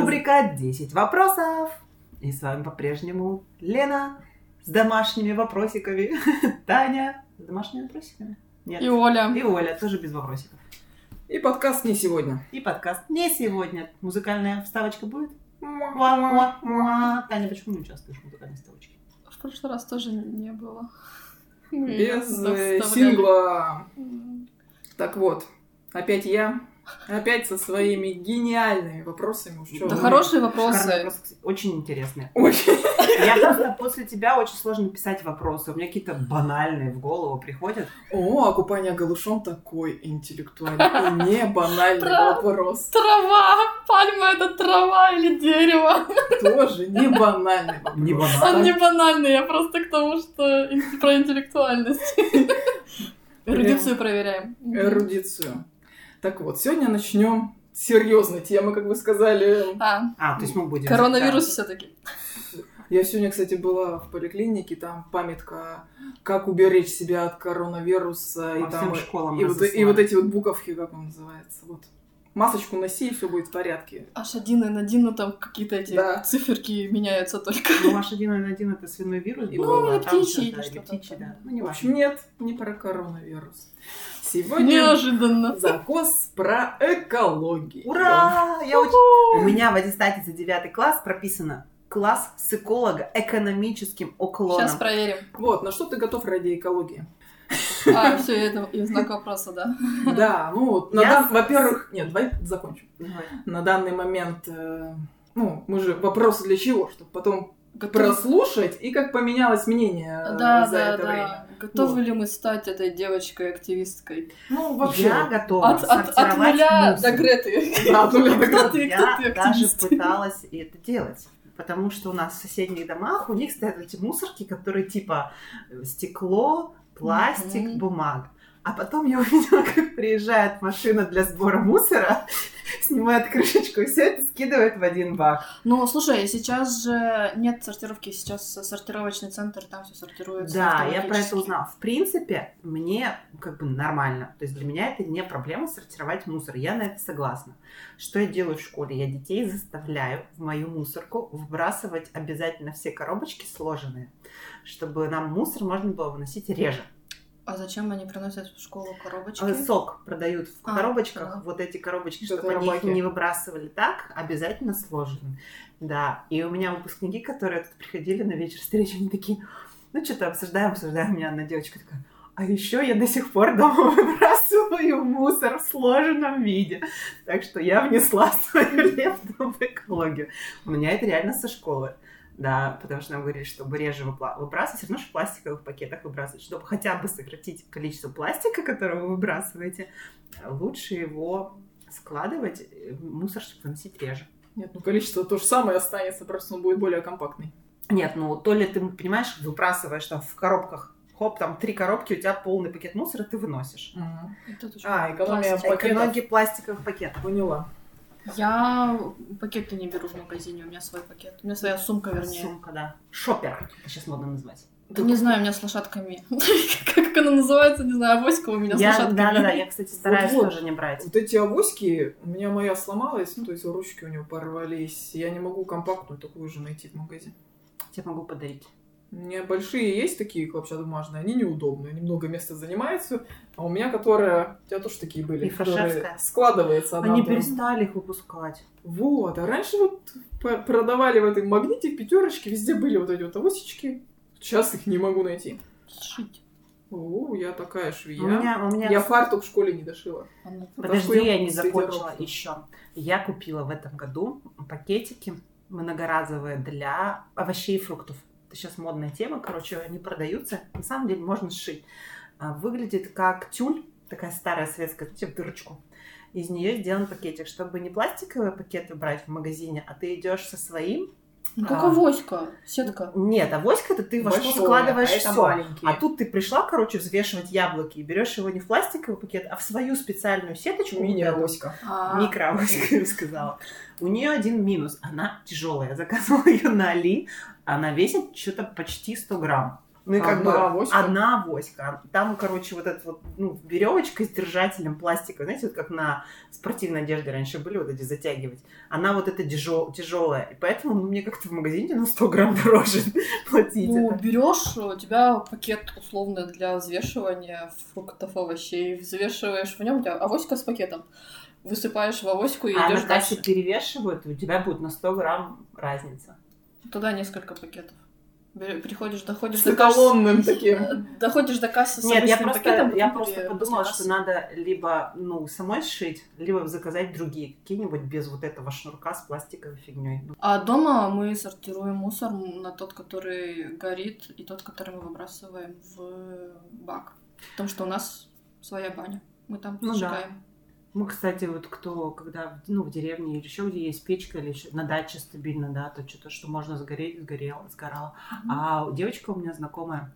Рубрика «10 вопросов». И с вами по-прежнему Лена с домашними вопросиками. Таня с домашними вопросиками? Нет. И Оля. И Оля тоже без вопросиков. И подкаст не сегодня. И подкаст не сегодня. Музыкальная вставочка будет? Муа-муа-муа. Таня, почему не участвуешь в музыкальной вставочке? В прошлый раз тоже не было. Без э, Меня заставляли. сингла. М, Так вот, опять я. Опять со своими гениальными вопросами. Уж чё Да вы. хорошие Шикарный вопросы. вопрос, кстати, Очень интересный. Очень. Я просто после тебя очень сложно писать вопросы. У меня какие-то банальные в голову приходят. О, а купание голышом такой интеллектуальный. и Не банальный Правда. вопрос. Трава! Пальма это трава или дерево? Тоже не банальный вопрос. Не Он банально. не банальный, я просто к тому, что ин- про интеллектуальность. Эрудицию проверяем. Эрудицию. Так вот, сегодня начнем с серьезной темы, как вы сказали. А, А, то есть мы будем... коронавирус все таки Я сегодня, кстати, была в поликлинике, там памятка, как уберечь себя от Да, коронавируса. По и там всем школам И вот, разослали. и вот эти вот буковки, как он называется, вот. Масочку носи, и все будет в порядке. Аж один на один, ну там какие-то эти Да. циферки меняются только. Ну, ваш один на один это свиной вирус Ну, был, а или там птичий, что-то, или или что-то птичий, там. да. Ну, не В важно. общем, нет, не про коронавирус. Сегодня Неожиданно. закос про экологию. Ура! Я уч- У меня в аттестате за 9 класс прописано класс с эколога экономическим уклоном. Сейчас проверим. Вот, на что ты готов ради экологии? А, все, это и знак вопроса, да. Да, ну вот, на Я дан- с- во-первых, нет, давай закончим. Давай. На данный момент, э, ну, мы же вопросы для чего? Чтобы потом Готов- прослушать и как поменялось мнение э, Да, за да, это время. да. Готовы Вот. ли мы стать этой девочкой-активисткой? Ну, вообще, Я готова От, от, от сортировать нуля мусор. до Греты. да, ну, я так- Кто ты, кто ты, Я даже активист? пыталась это делать. Потому что у нас в соседних домах, у них стоят эти мусорки, которые типа э, стекло, пластик, Мгм. бумага. А потом я увидела, как приезжает машина для сбора мусора, снимает крышечку и все это скидывает в один бак. Ну, слушай, сейчас же нет сортировки, сейчас сортировочный центр, там все сортируется. Да, я про это автоматически. узнала. В принципе, мне как бы нормально. То есть для меня это не проблема сортировать мусор. Я на это согласна. Что я делаю в школе? Я детей заставляю в мою мусорку выбрасывать обязательно все коробочки сложенные, чтобы нам мусор можно было выносить реже. А зачем они приносят в школу коробочки? А, Сок продают в А, коробочках. поняла. Вот эти коробочки, Что-то чтобы они их рыбаки. не выбрасывали так, обязательно сложены. Да. И у меня выпускники, которые тут приходили на вечер встречи, они такие, ну что-то обсуждаем, обсуждаем. У меня одна девочка такая, а еще я до сих пор дома выбрасываю мусор в сложенном виде. Так что я внесла свою лепту в экологию. У меня это реально со школы. Да, потому что нам говорили, чтобы реже выпла- выбрасывать, все равно же в пластиковых пакетах выбрасывать, чтобы хотя бы сократить количество пластика, которого вы выбрасываете, лучше его складывать, э, в мусор, чтобы выносить реже. Нет, ну количество то же самое останется, просто он будет более компактный. Нет, ну то ли ты, понимаешь, выбрасываешь там в коробках, хоп, там три коробки, у тебя полный пакет мусора, ты выносишь. Это точно. А, экономия Пластик. пакетов. Экология пластиковых пакетов. Поняла. Я пакеты не беру в магазине, у меня свой пакет. У меня своя сумка, вернее. Сумка, да. Шопер, сейчас модно назвать. Да не знаю, у меня с лошадками. Как она называется, не знаю, авоська у меня с Я, лошадками. да, да, да, я, кстати, стараюсь Вот-вот. тоже не брать. Вот эти авоськи, у меня моя сломалась, ну, то есть ручки у нее порвались. Я не могу компактную такую же найти в магазине. Тебе могу подарить. У меня большие есть такие клопча бумажные, они неудобные, они много места занимают всё. А у меня, которая, у тебя тоже такие были, И которые фашерская. складывается одна Они в другую. перестали их выпускать. Вот, а раньше вот п- продавали в этой магните пятерочки, везде были вот эти вот авосечки. Сейчас их не могу найти. Шить. О, я такая швея. У меня, у меня... Я фартук в школе не дошила. Она- Подожди, Такой я не среди закончила роста. еще. Я купила в этом году пакетики многоразовые для овощей и фруктов. Это сейчас модная тема, короче, они продаются. На самом деле можно сшить. А, Выглядит как тюль, такая старая советская, знаете, в дырочку. Из нее сделан пакетик, чтобы не пластиковые пакеты брать в магазине, а ты идешь со своим. Ну, как А. авоська, сетка. Нет, авоська-то ты во что Большое, складываешь а это всё. маленькие. А тут ты пришла, короче, взвешивать яблоки и берешь его не в пластиковый пакет, а в свою специальную сеточку. вот эту. Мини-авоська. А. Микро, я бы сказала. У нее один минус. Она тяжелая. Я заказывала ее на Али. Она весит что-то почти 100 грамм. Ну и как бы Одна авоська? одна авоська. Там, короче, вот эта вот ну, веревочка с держателем пластика, знаете, вот как на спортивной одежде раньше были вот эти затягивать. Она вот эта тяжелая. И поэтому ну, мне как-то в магазине на 100 грамм дороже платить. Ну, это. берешь, у тебя пакет условно для взвешивания фруктов, овощей, взвешиваешь в нем, у тебя авоська с пакетом, высыпаешь в авоську и А на идешь кассе дальше. перевешивают, и у тебя будет на 100 грамм разница. Туда несколько пакетов. Бер- Приходишь, доходишь С до кассы. эталонным таким. э, Доходишь до кассы с Нет, я обычным просто, пакетом. я потом просто тебе подумала, после что кассы. надо либо ну, самой сшить, либо заказать другие какие-нибудь без вот этого шнурка с пластиковой фигней. А дома мы сортируем мусор на тот, который горит, и тот, который мы выбрасываем в бак. Потому что у нас своя баня. Мы там Ну да. сжигаем. Ну, кстати, вот кто, когда, ну, в деревне или еще где есть печка, или еще на даче стабильно, да, то что-то, что можно сгореть, сгорело, сгорало. А девочка у меня знакомая,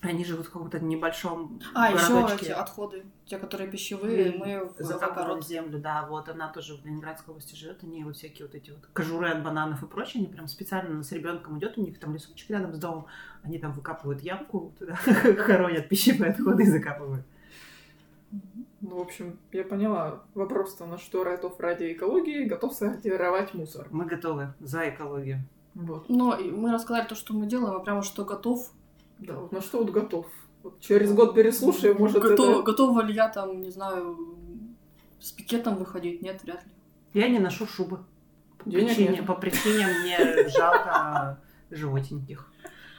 они живут в каком-то небольшом А, еще городочке. эти отходы, те, которые пищевые, Мгм. мы в закапывают огород. в землю, да, вот она тоже в Ленинградской области живет, они вот всякие вот эти вот кожуры от бананов и прочее, они прям специально с ребенком идет, у них там лесочек рядом с домом, они там выкапывают ямку, туда хоронят пищевые отходы и закапывают. Мгм. Ну, в общем, я поняла. Вопрос-то, на что Райтов ради экологии готов сортировать мусор. Мы готовы за экологию. Вот. Но Ну, и мы рассказали то, что мы делаем, а прямо что готов. Да, вот на что вот готов. Вот через год переслушаю, Ну, может, Готов- это... Готова ли я там, не знаю, с пикетом выходить? Нет, вряд ли. Я не ношу шубы. По Денег причине, нет. по причине мне жалко животеньких.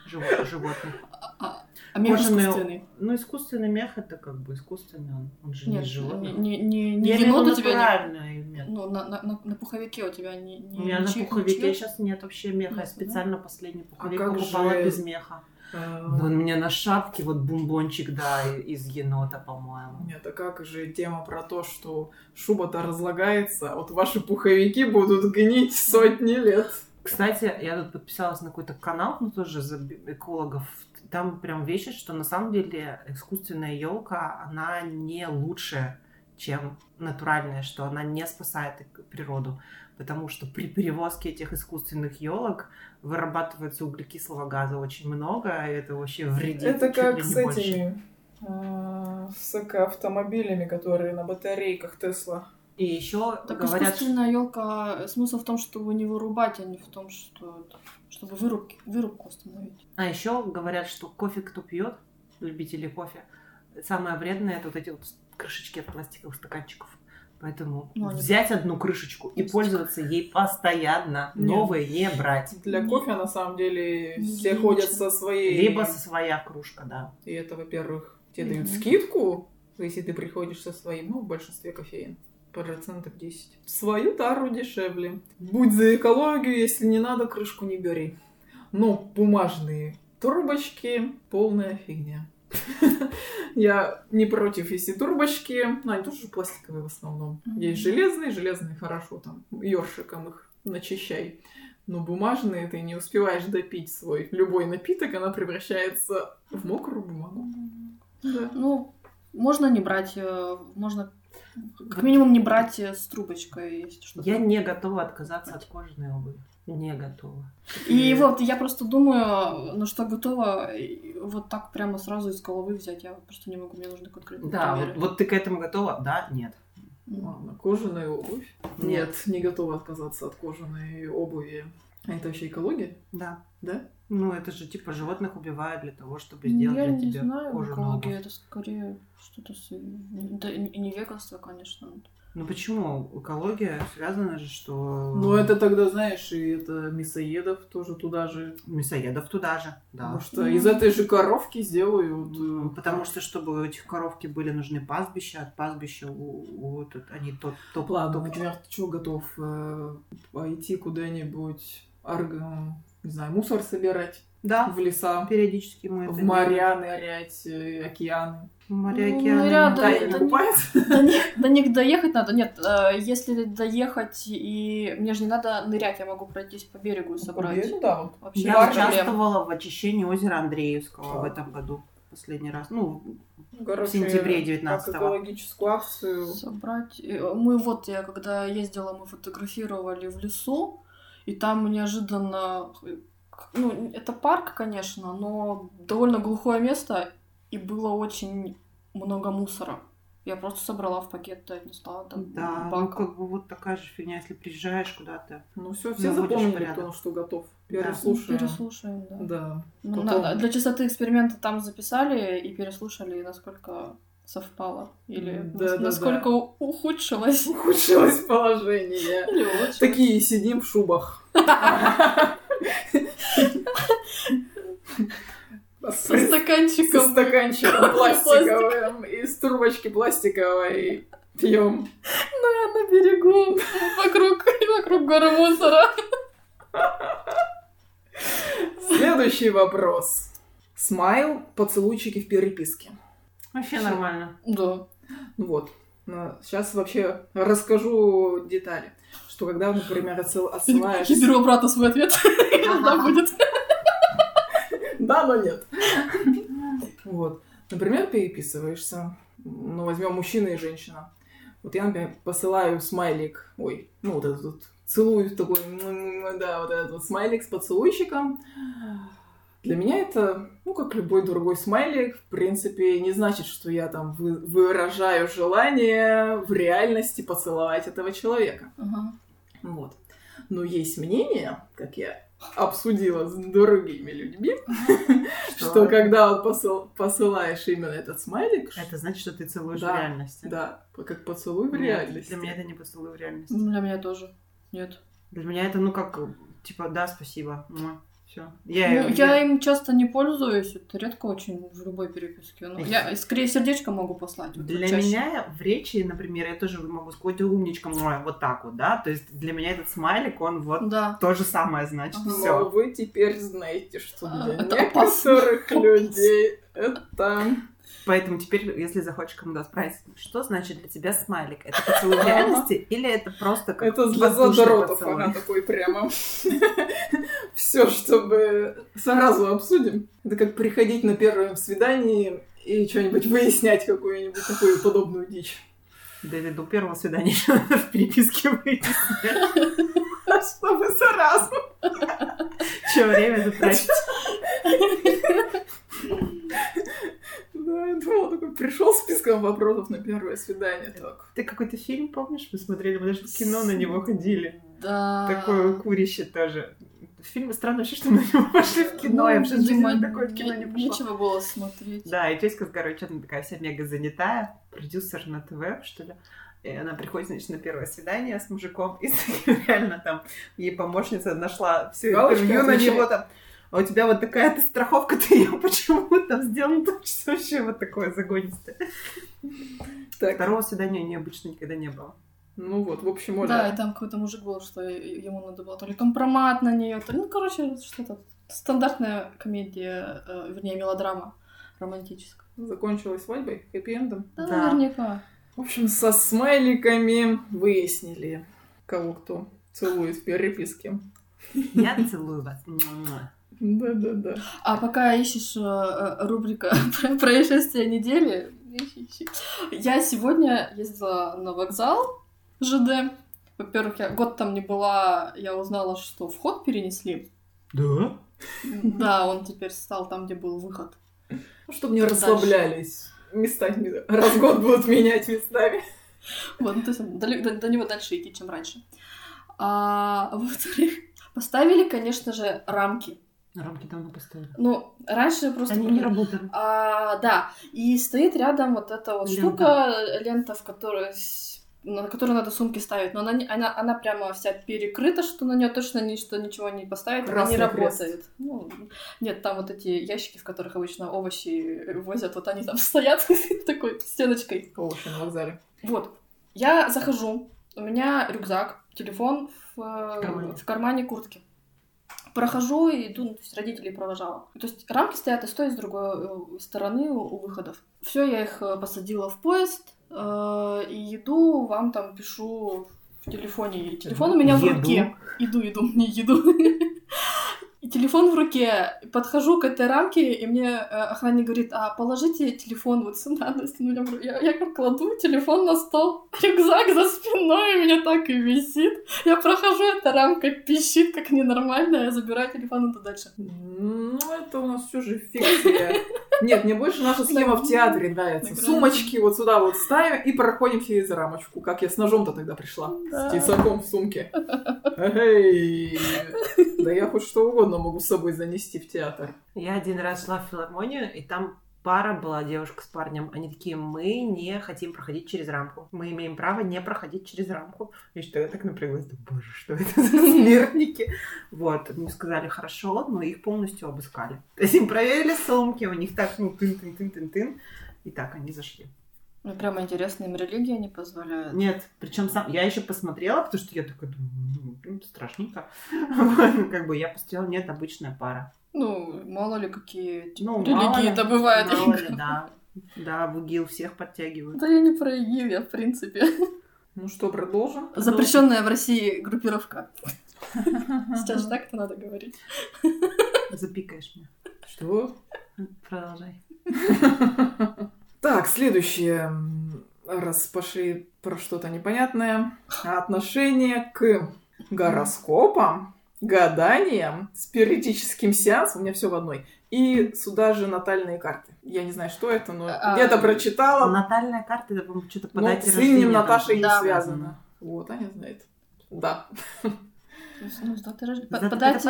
живо- животных. А, а- а мех Кожаные- искусственный? Ну, искусственный мех это как бы искусственный, он, он же не Нет, животное. не, не, не, не Я имею в вино виду до тебя натуральный не... мех. Ну, на, на, на- на пуховике у тебя не... не У меня на ничьих- пуховике ничьих? сейчас нет вообще меха. Я Нет, специально последний пуховик как покупала же- без меха. А, Вон у меня на шапке вот бомбончик, да, и- из енота, по-моему. Нет, а как же тема про то, что шуба-то разлагается, а вот ваши пуховики будут гнить сотни лет. Кстати, я тут подписалась на какой-то канал, ну тоже за би- экологов. Там прям вещи, что на самом деле искусственная елка, она не лучше, чем натуральная, что она не спасает эк- природу. Потому что при перевозке этих искусственных елок вырабатывается углекислого газа очень много, и это вообще вредит. Это чуть ли как не с больше. этими а, с автомобилями, которые на батарейках Тесла. И еще Так говорят, что искусственная елка, смысл в том, чтобы не вырубать, а не в том, что чтобы вырубки, вырубку остановить. А еще говорят, что кофе, кто пьет, любители кофе, самое вредное это вот эти вот крышечки от пластиковых стаканчиков. Поэтому Ну, они- взять одну крышечку и Пластик. пользоваться ей постоянно, Нет. новые не брать. Для Не- кофе на самом деле не все лично. ходят со своей. Либо своя кружка, да. И это, во-первых, тебе дают Мгм. скидку, если ты приходишь со своим, ну, в большинстве кофеин. Процентов 10. Свою тару дешевле. Будь за экологию, если не надо, крышку не бери. Но бумажные трубочки полная фигня. Я не против, если трубочки, но они тоже пластиковые в основном. Мгм. Есть железные, железные хорошо там, ёршиком их начищай. Но бумажные ты не успеваешь допить свой любой напиток, она превращается в мокрую бумагу. Да. Ну, можно не брать, э, можно как минимум не брать э, с трубочкой, если что-то. Я не готова отказаться от кожаной обуви. Не готова. И вот я просто думаю, ну что готово, и вот так прямо сразу из головы взять, я просто не могу, мне нужны конкретные Да, вот, примеры. вот ты к этому готова? Да, нет. Мгм. Ладно, кожаная обувь. Нет. Нет, не готова отказаться от кожаной обуви. А это вообще экология? Да. Да? Ну, это же типа животных убивают для того, чтобы сделать Ну, Я для не тебя знаю, кожаную обувь. экология это скорее что-то с... Да, и не веганство, конечно. Ну почему? Экология связана же, что... Ну это тогда, знаешь, и это мясоедов тоже туда же. Мясоедов туда же, да. Потому Ну, что Мгм. из этой же коровки сделают. Ну, э, Потому что, чтобы у этих коровки были нужны пастбища, от пастбища у, у этот- они тот топ Ладно, топ- Ну, например, ты чего готов э, пойти куда-нибудь, орг- не знаю, мусор собирать Да, в леса, периодически мы это в делаем. моря нырять, э, океаны. В моря, Ну, океаны. моря, Да, Да, это не не- купаются. До них, до них доехать надо. Нет, э, если доехать, и мне же не надо нырять, я могу пройтись по берегу и собрать. Ну да, вот. Вообще Я без Парк, проблем. участвовала в очищении озера Андреевского Да. в этом году. Последний раз. Ну, Ну, короче, В сентябре как 19-го. экологическую акцию. Собрать. Э, Мы вот, я когда ездила, мы фотографировали в лесу, и там неожиданно парк. Ну, это парк, конечно, но довольно глухое место, и было очень много мусора. Я просто собрала в пакет, да, не стала там Да, ну бака. как бы вот такая же фигня, если приезжаешь куда-то. Ну все, все Ну, будешь запомнили, порядок. кто на что готов. Да. Переслушаем. Ну, Переслушаем, да. Да. Ну, Потом- надо- для чистоты эксперимента там записали и переслушали, насколько совпало. Или М, нас- да-да-да. насколько у- ухудшилось. Ухудшилось положение. Или улучшилось. Такие сидим в шубах. Со Со стаканчиком. стаканчиком пластиковым из трубочки пластиковой пьем. Да, на берегу. Вокруг, вокруг горы мусора. Следующий вопрос. Смайл, поцелуйчики в переписке. Вообще Всё. нормально. Да. Ну вот. Ну, Сейчас вообще расскажу детали. Что когда, например, отсыл- отсылаешь... Я беру обратно свой ответ. Иногда будет. Да, но нет. Вот. Например, переписываешься. Ну, возьмем мужчина и женщина. Вот я, например, посылаю смайлик. Ой, ну вот этот вот. Целую такой, м, да, вот этот вот смайлик с поцелуйчиком. Для меня это, ну, как любой другой смайлик, в принципе, не значит, что я там вы- выражаю желание в реальности поцеловать этого человека. Ага. Вот. Но есть мнение, как я обсудила с другими людьми, что когда вот посыл- посылаешь именно этот смайлик, Это значит, что ты целуешь Да. в реальности. да, как поцелуй в Нет, реальности. Для меня это не поцелуй в реальности. Ну, Для меня тоже. Нет. Для меня это, ну как, типа, да, спасибо. Все. Я, Ну, я им часто не пользуюсь, это редко очень в любой переписке. Ну, я скорее сердечко могу послать. вот Для чаще. меня в речи, например, я тоже могу сказать «Ой, умничка, мой, вот так вот, да. То есть для меня этот смайлик, он вот Да. то же самое значит. Ага. Но Все. вы теперь знаете, что А, для это некоторых опасно. людей это... Поэтому теперь, если захочешь кому-то спросить, что значит для тебя смайлик? Это поцелуй в реальности или это просто как Это для воздушный задротов, поцелуй? она такой прямо. Все, чтобы сразу обсудим. Это как приходить на первое свидание и что-нибудь выяснять, какую-нибудь такую подобную дичь. Да или до первого свидания еще надо в переписке выйти. Чтобы сразу. Че, время затратить? Да, я думала, такой пришел списком вопросов на первое свидание. Так. Ты какой-то фильм помнишь? Мы смотрели, мы даже в кино на него ходили. Да. Такое курище тоже. Фильм странно вообще, что мы на него пошли в кино. Я Ну, вообще в жизни видимо, на такое в кино не не- пошла. Нечего было смотреть. Да, и тезка, короче, она такая вся мега занятая, продюсер на ТВ, что ли. И она приходит, значит, на первое свидание с мужиком, и реально там ей помощница нашла все Галочка интервью на отмечает. него там. А у тебя вот такая-то страховка, ты ее почему там сделала, так что вообще вот такое загонистое. Так. Второго свидания у нее обычно никогда не было. Ну вот, в общем, Да, и Оля. там какой-то мужик был, что е- ему надо было то ли компромат на нее, то ли, ну, короче, что-то. Стандартная комедия, э, вернее, мелодрама романтическая. Закончилась свадьбой, хэппи-эндом. Да, Да. наверняка. В общем, со смайликами выяснили, кого кто целует в переписке. Я целую вас. Муа. Да-да-да. А пока ищешь э, э, рубрика про- происшествия недели, ищи, ищи. я сегодня ездила на вокзал ЖД. Во-первых, я год там не была, я узнала, что вход перенесли. Да? Да, он теперь стал там, где был выход. Ну, чтобы не Дальше. расслаблялись. Местами. Раз в год будут менять местами. Вот, ну, то есть он далек- до, до него дальше идти, чем раньше. А, во-вторых, поставили, конечно же, рамки. Рамки давно поставили. Ну, раньше просто... Они не работали. А, да, и стоит рядом вот эта вот Лента. штука, лента, в которой с- на которую надо сумки ставить, но она, не- она, она прямо вся перекрыта, что на нее точно ничто, ничего не поставить, она Красный не крест. работает. Ну, нет, там вот эти ящики, в которых обычно овощи возят, вот они там стоят такой стеночкой. Овощи на вокзале. Вот. Я захожу, у меня рюкзак, телефон в, э, кармане. в кармане куртки. Прохожу и иду, ну, то есть родителей провожала. То есть рамки стоят и с той, и с другой э, стороны у, у выходов. Все, я их э, посадила в поезд э, и иду, вам там пишу в телефоне. И телефон у меня в Еду. руке. Иду, иду, не еду. И телефон в руке, подхожу к этой рамке, и мне э, охранник говорит, а положите телефон вот сюда, на стену». Я говорю, Я, я как кладу телефон на стол, рюкзак за спиной у меня так и висит. Я прохожу, эта рамка пищит как ненормальная, я забираю телефон иду дальше. Ну, это у нас все же фикция. Нет, мне больше наша схема в театре нравится. Да. Сумочки вот сюда вот ставим и проходим через рамочку, как я с ножом-то тогда пришла. Да. С тесаком в сумке. Эй! Да я хоть что угодно могу с собой занести в театр. Я один раз шла в филармонию, и там пара была, девушка с парнем. Они такие, мы не хотим проходить через рамку. Мы имеем право не проходить через рамку. И что я так напряглась, да, боже, что это за смертники? Вот, мне сказали, хорошо, но их полностью обыскали. То есть им проверили сумки, у них так, ну, тын-тын-тын-тын-тын. И так они зашли. Мне Ну, прямо интересно, им религия не позволяет. Нет, причем сам я еще посмотрела, потому что я такая думаю, ну, страшненько. Вот, Как бы я посмотрела, нет, обычная пара. Ну, мало ли какие типа, Ну, мало ли, религии-то бывают. мало ли, да. Да, в ИГИЛ всех подтягивают. Да я не про ИГИЛ, я в принципе. Ну что, продолжим? Запрещенная в России группировка. Сейчас же так это надо говорить. Запикаешь меня. Что? Продолжай. Так, следующее. М, Раз пошли про что-то непонятное. Отношение к гороскопам, гаданиям, спиритическим сеансам. У меня все в одной. И сюда же натальные карты. Я не знаю, что это, но А, где-то прочитала. Натальная карта, это, по-моему, что-то по Но дате с рождения именем там Наташей не что-то Да. связано. Вот, Аня знает. Да. Ну, с датой рождения. По- За- по это дате-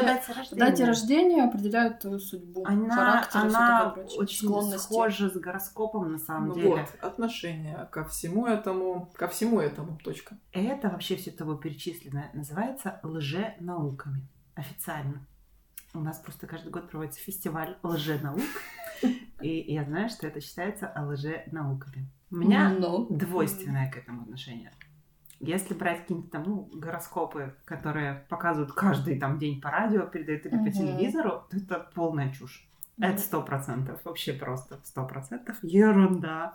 по дате рождения определяют твою судьбу, Она, характер и всё такое она прочее, очень склонности. схожа с гороскопом на самом Ну деле. вот, отношение ко всему этому, ко всему этому, точка. Это вообще все тобой перечисленное называется лженауками. Официально. У нас просто каждый год проводится фестиваль лженаук. И я знаю, что это считается лженауками. У меня Ну, двойственное к этому отношение. Если брать какие-нибудь там ну, гороскопы, которые показывают каждый там день по радио, передают или по Мгм. телевизору, то это полная чушь. ну, Это сто процентов. Вообще просто сто процентов. Ерунда.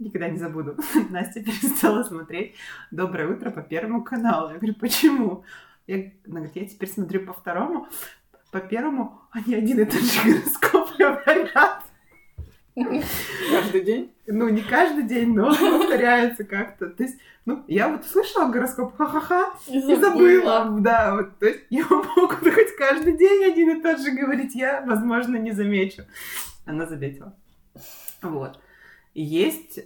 Никогда не забуду. Настя перестала смотреть «Доброе утро» по Первому каналу. Я говорю, почему? Я, она говорит, я теперь смотрю по второму. По первому они один и тот же гороскоп говорят. Каждый день. Ну, не каждый день, но повторяется как-то. То есть, ну, я вот услышала гороскоп, ха-ха-ха, и забыла. Да, вот, то есть, его могут хоть каждый день один и тот же говорить, я, возможно, не замечу. Она заметила. Вот. И Есть э,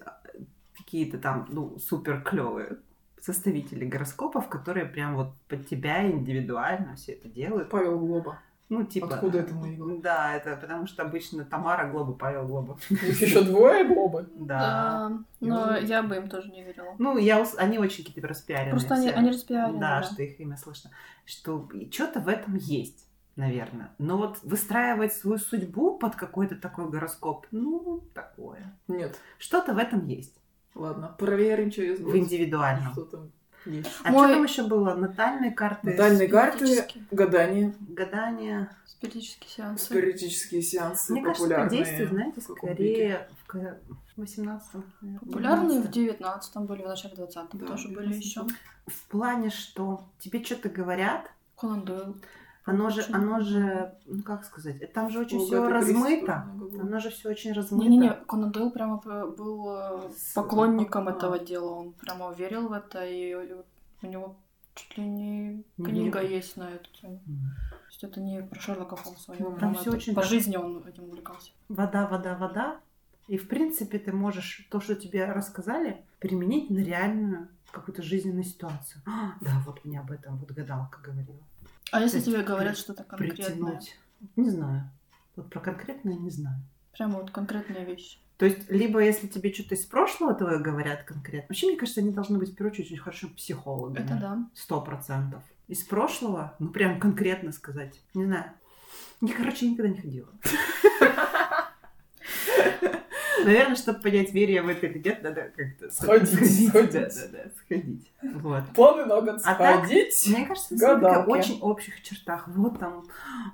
какие-то там, ну, супер клевые составители гороскопов, которые прям вот под тебя индивидуально все это делают. Павел Глоба. Ну, типа... Откуда это мои глаза? Да, это потому что обычно Тамара Глоба, Павел Глоба. Их еще двое Глобы. Да. Да, но Ну. я бы им тоже не верила. Ну, я, ус- они очень какие-то распиаренные. Просто они, все. они распиарены. да, что их имя слышно. Что что-то в этом есть, наверное. Но вот выстраивать свою судьбу под какой-то такой гороскоп, ну, такое. Нет. Что-то в этом есть. Ладно, проверим через год. В индивидуальном. Что там есть. А Мой- что там еще было? Натальные карты, Натальные карты, Спиритические- гадания, гадания. Спиритические сеансы. спиритические сеансы Мне кажется, по популярные. действию, знаете, в каком скорее в к- 18 наверное, Популярные в 19. 19-м были, в начале 20-м Да, тоже были 19-м. еще. В плане, что тебе что-то говорят, Конан Дойл. оно же, Очень. оно же, ну как сказать, там же очень Ну, все Агата Кристи размыто. много было. Оно же все очень размыто. Ну, Не-не-не, Конан Дойл прямо п- был э, С- поклонником а. этого дела. Он прямо верил в это, и у него чуть ли не Не книга верил. есть на эту тему. То есть это не про Шерлока Холмса. У него Там прямо Ну, всё это- очень по так. жизни он этим увлекался. вода, вода, вода. И, в принципе, ты можешь то, что тебе рассказали, применить на реальную какую-то жизненную ситуацию. «А, да, вот мне об этом вот гадалка говорила. А если Кстати, тебе при- говорят что-то конкретное? Притянуть. Не знаю. Вот про конкретное не знаю. Прямо вот конкретные вещи. То есть, либо если тебе что-то из прошлого твоего говорят конкретно. Вообще, мне кажется, они должны быть, в первую очередь, очень хорошими психологами. Это да. Сто процентов. Из прошлого, ну, прям конкретно сказать. Не знаю. Я, короче, никогда не ходила. Наверное, чтобы понять, верю я в это или нет, надо как-то Сходить, сходить. Да, да, да, сходить. Вот. Планы на год А так- сходить. Мне кажется, это в Гадалки. очень общих чертах. Вот там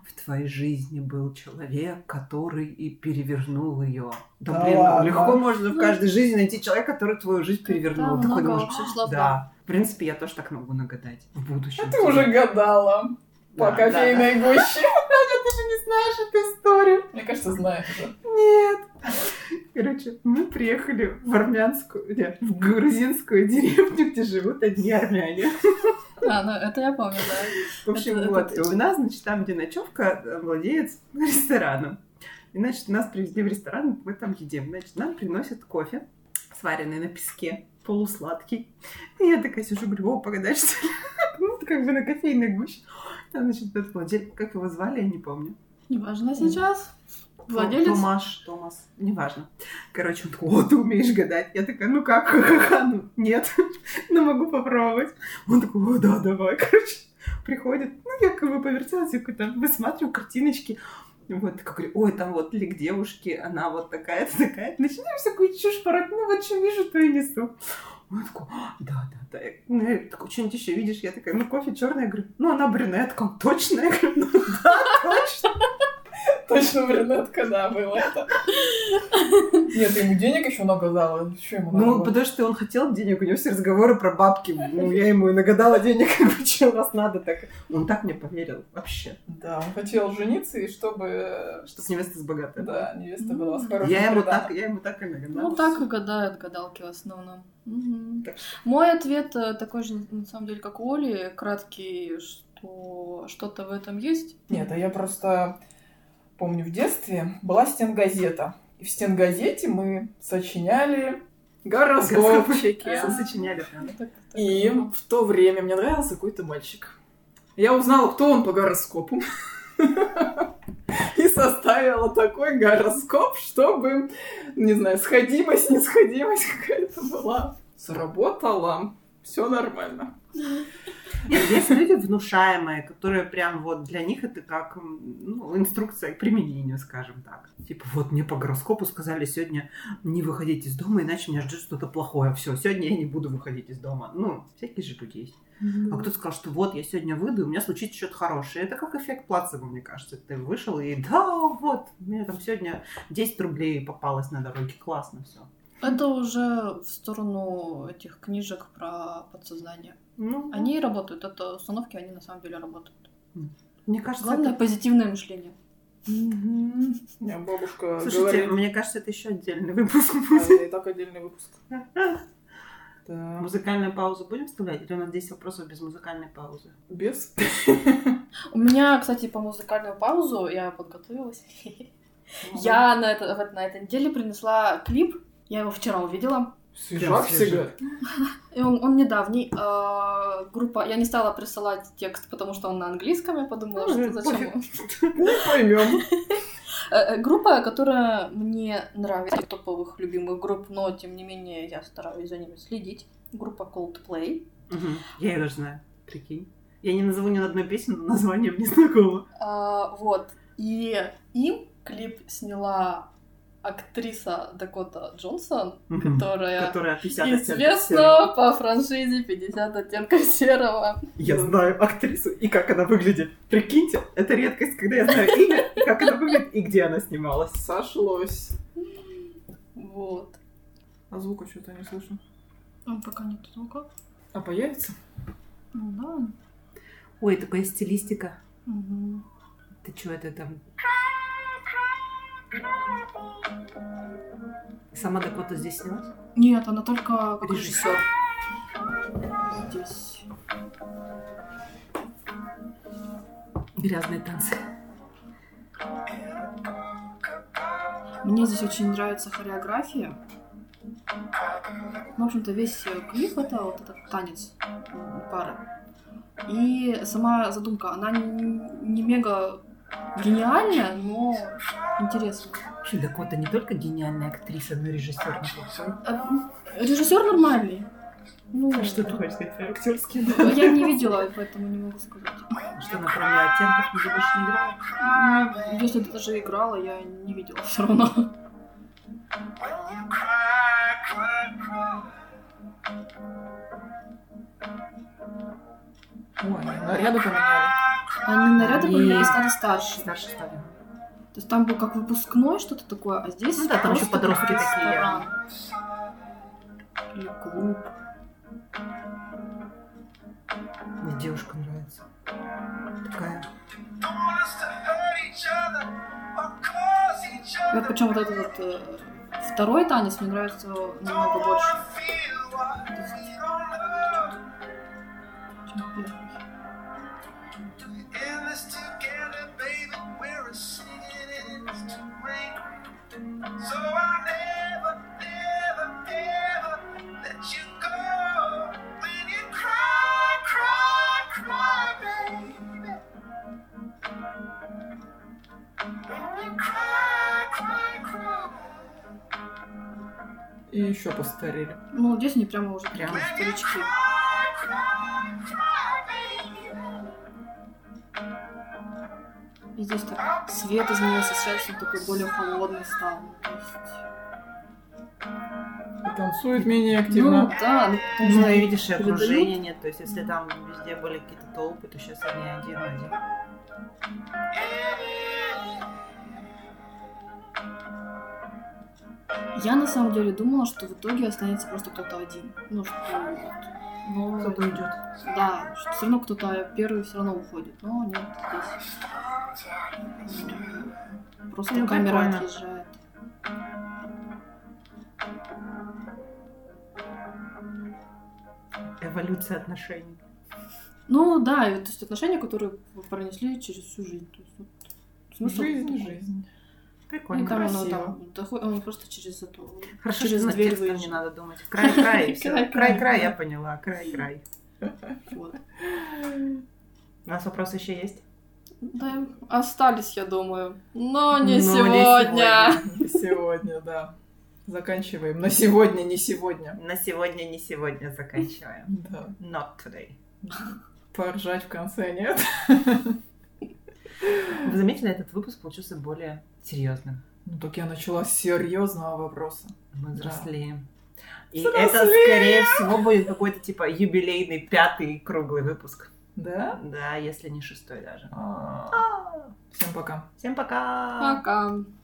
в твоей жизни был человек, который и перевернул ее. Да, Да блин, ну, ладно. легко можно в Ну, каждой жизни найти человека, который твою жизнь перевернул. Там Такой много думаешь, общих слов, да. да. В принципе, я А тоже так могу нагадать в будущем. Ты уже гадала Ну, Да, по да, кофейной гуще. Аня знаешь эту историю? Мне кажется, знаю уже. Нет. Короче, мы приехали в армянскую, нет, в грузинскую деревню, где живут одни армяне. А, ну это я помню, да. В общем, Это- вот. это И у нас, значит, там, где ночевка, э, владеет рестораном. И, значит, нас привезли в ресторан, мы там едим. Значит, нам приносят кофе, сваренный на песке, полусладкий. И я такая сижу, говорю, о, погодай, что ли?» Ну, это как бы на кофейной гуще. Там, значит, этот владелец, как его звали, я не помню. Неважно сейчас. Владелец. Томаш, Томас, неважно. Короче, он такой, о, ты умеешь гадать. Я такая, ну как, ха-ха-ха, ну нет, ну могу попробовать. Он такой, о, да, давай, короче. Приходит, ну я как бы повертелась, я там высматриваю картиночки. Вот, как говорю, ой, там вот лик девушки, она вот такая-то, такая-то. Начинаю всякую чушь пороть, ну вот что вижу, то и несу. Он такой, «А, да, да, да. Я, ну, я такой, что-нибудь еще видишь? Я такая, ну кофе черный. Я говорю, ну она брюнетка, точно? Я говорю, ну да, точно. Точно брюнетка, да, было это. Нет, ему денег еще много дала. Еще ему надо Ну, было? потому что он хотел денег, у него все разговоры про бабки. Ну, я ему и нагадала денег, что у вас надо так. Он так мне поверил вообще, Да, он хотел жениться, и чтобы... э, что с невестой с богатой. Да, невеста была с хорошим Ну, Я ему, приданым. так, я ему так и нагадала. Ну, так и гадают гадалки в основном. Мгм. Так. Мой ответ э, такой же, на самом деле, как у Оли, краткий, что что-то в этом есть. Нет, а я просто помню в детстве была стенгазета. И в стенгазете мы сочиняли гороскопчики. Гороскопы. Сочиняли прям. Так, так. И в то время мне нравился какой-то мальчик. Я узнала, кто он по гороскопу. И составила такой гороскоп, чтобы, не знаю, сходимость, несходимость какая-то была. Сработала. Все нормально. Нет, есть люди внушаемые, которые прям вот для них это как м, ну, инструкция к применению, скажем так. Типа вот мне по гороскопу сказали сегодня не выходить из дома, иначе меня ждет что-то плохое. Все, сегодня я не буду выходить из дома. Ну, всякие же люди есть. А кто-то сказал, что вот я сегодня выйду, и у меня случится что-то хорошее. Это как эффект плацебо, мне кажется. Ты вышел и да, вот, мне там сегодня 10 рублей попалось на дороге. Классно все. Это уже в сторону этих книжек про подсознание. Ну, Они работают, это установки, они на самом деле А работают. мне кажется, Главное это... позитивное мышление. Мгм. У меня бабушка Слушайте, говорит... мне кажется, это еще отдельный выпуск А, будет. это и так отдельный выпуск. Да. Музыкальную паузу будем вставлять? Или у нас 10 вопросов без музыкальной паузы? Без. У меня, кстати, по музыкальную паузу я подготовилась. Я на, это, вот на этой неделе принесла клип. Я его вчера увидела. Свежак всегда. И он, он недавний. А, группа. Я не стала присылать текст, потому что он на английском. Я подумала, Ну, что э, зачем. пофиг. он. Не поймем. Э, э, Группа, которая мне нравится, из топовых любимых групп, но тем не менее я стараюсь за ними следить. Группа Coldplay. Мгм. Я ее даже знаю. Прикинь. Я не назову ни одной песни, но название мне знакомо. А, вот. И им клип сняла актриса Дакота Джонсон, Мгм. которая Которая 50 оттенков серого. известна по франшизе 50 оттенков серого. Я знаю актрису и как она выглядит. Прикиньте, это редкость, когда я знаю имя, и как она выглядит и где она снималась. Сошлось. Вот. А звука что-то не слышу. пока нет звука. А появится? Ну Ой, такая стилистика. да. Ты чё это там? Сама Дакота здесь снялась? Нет, она только как Режиссер. Здесь. Грязные танцы. Мне здесь очень нравится хореография. Ну, В общем-то, весь э, клип — это вот этот танец м, пары. И сама задумка, она не, не мега гениальная, но интересная. Вообще Дакота не только гениальная актриса, но и режиссер. Режиссер Э, нормальный. Ну, А Что ты хочешь сказать? Актерский, я не видела, поэтому не могу сказать. Что она кроме оттенков не больше не играла? М, Если ты даже играла, я не видела все равно. Ой, ну, наряды поменяли. Они наряды И- поменяли и стали старше. То Старше стали. есть там был как выпускной, что-то такое, а здесь Ну да, там просто еще подростки как такие. ресторан. Или клуб. Мне девушка нравится. Такая. Я причем вот этот вот, э, второй танец мне нравится намного больше. чем первый. И еще постарели. Ну, здесь они прямо уже Прямо. такие старички. И здесь так свет изменился, сейчас он такой более холодный стал. Ну, то есть- И танцует менее активно. Ну, да, ну, Ну, и видишь, и передают. окружения нет. То есть, если там везде были какие-то толпы, то сейчас они один на один. я на самом деле думала, что в итоге останется просто кто-то один. Ну, что вот. Но- Кто-то уйдет. Да, что все равно кто-то первый все равно уходит. Но нет, здесь м, просто Ну, камера прикольно. отъезжает. Эволюция отношений. Ну да, и вот, то есть отношения, которые пронесли через всю жизнь. То есть, вот, смысл Жизнь, такой. жизнь. Ну, Прикольно. там оно красиво. там доходит, он просто через эту... Хорошо, через что на дверь текстом не выезжал. надо думать. Край-край. Край-край, Край-край, я да. поняла. Край-край. Вот. У нас вопросы еще есть? Да, остались, я думаю. Но не Но не сегодня. Сегодня, да. Заканчиваем. На сегодня, не сегодня. На сегодня не сегодня заканчиваем. Да. Not today. Поржать в конце, нет? Вы заметили, этот выпуск получился более серьезным. Ну так я начала с серьезного вопроса. Мы Да. взрослеем. И Взрослеем! это, скорее всего, будет какой-то типа юбилейный пятый круглый выпуск. Да? Да, если не шестой даже. А. Всем пока. Всем пока! Пока.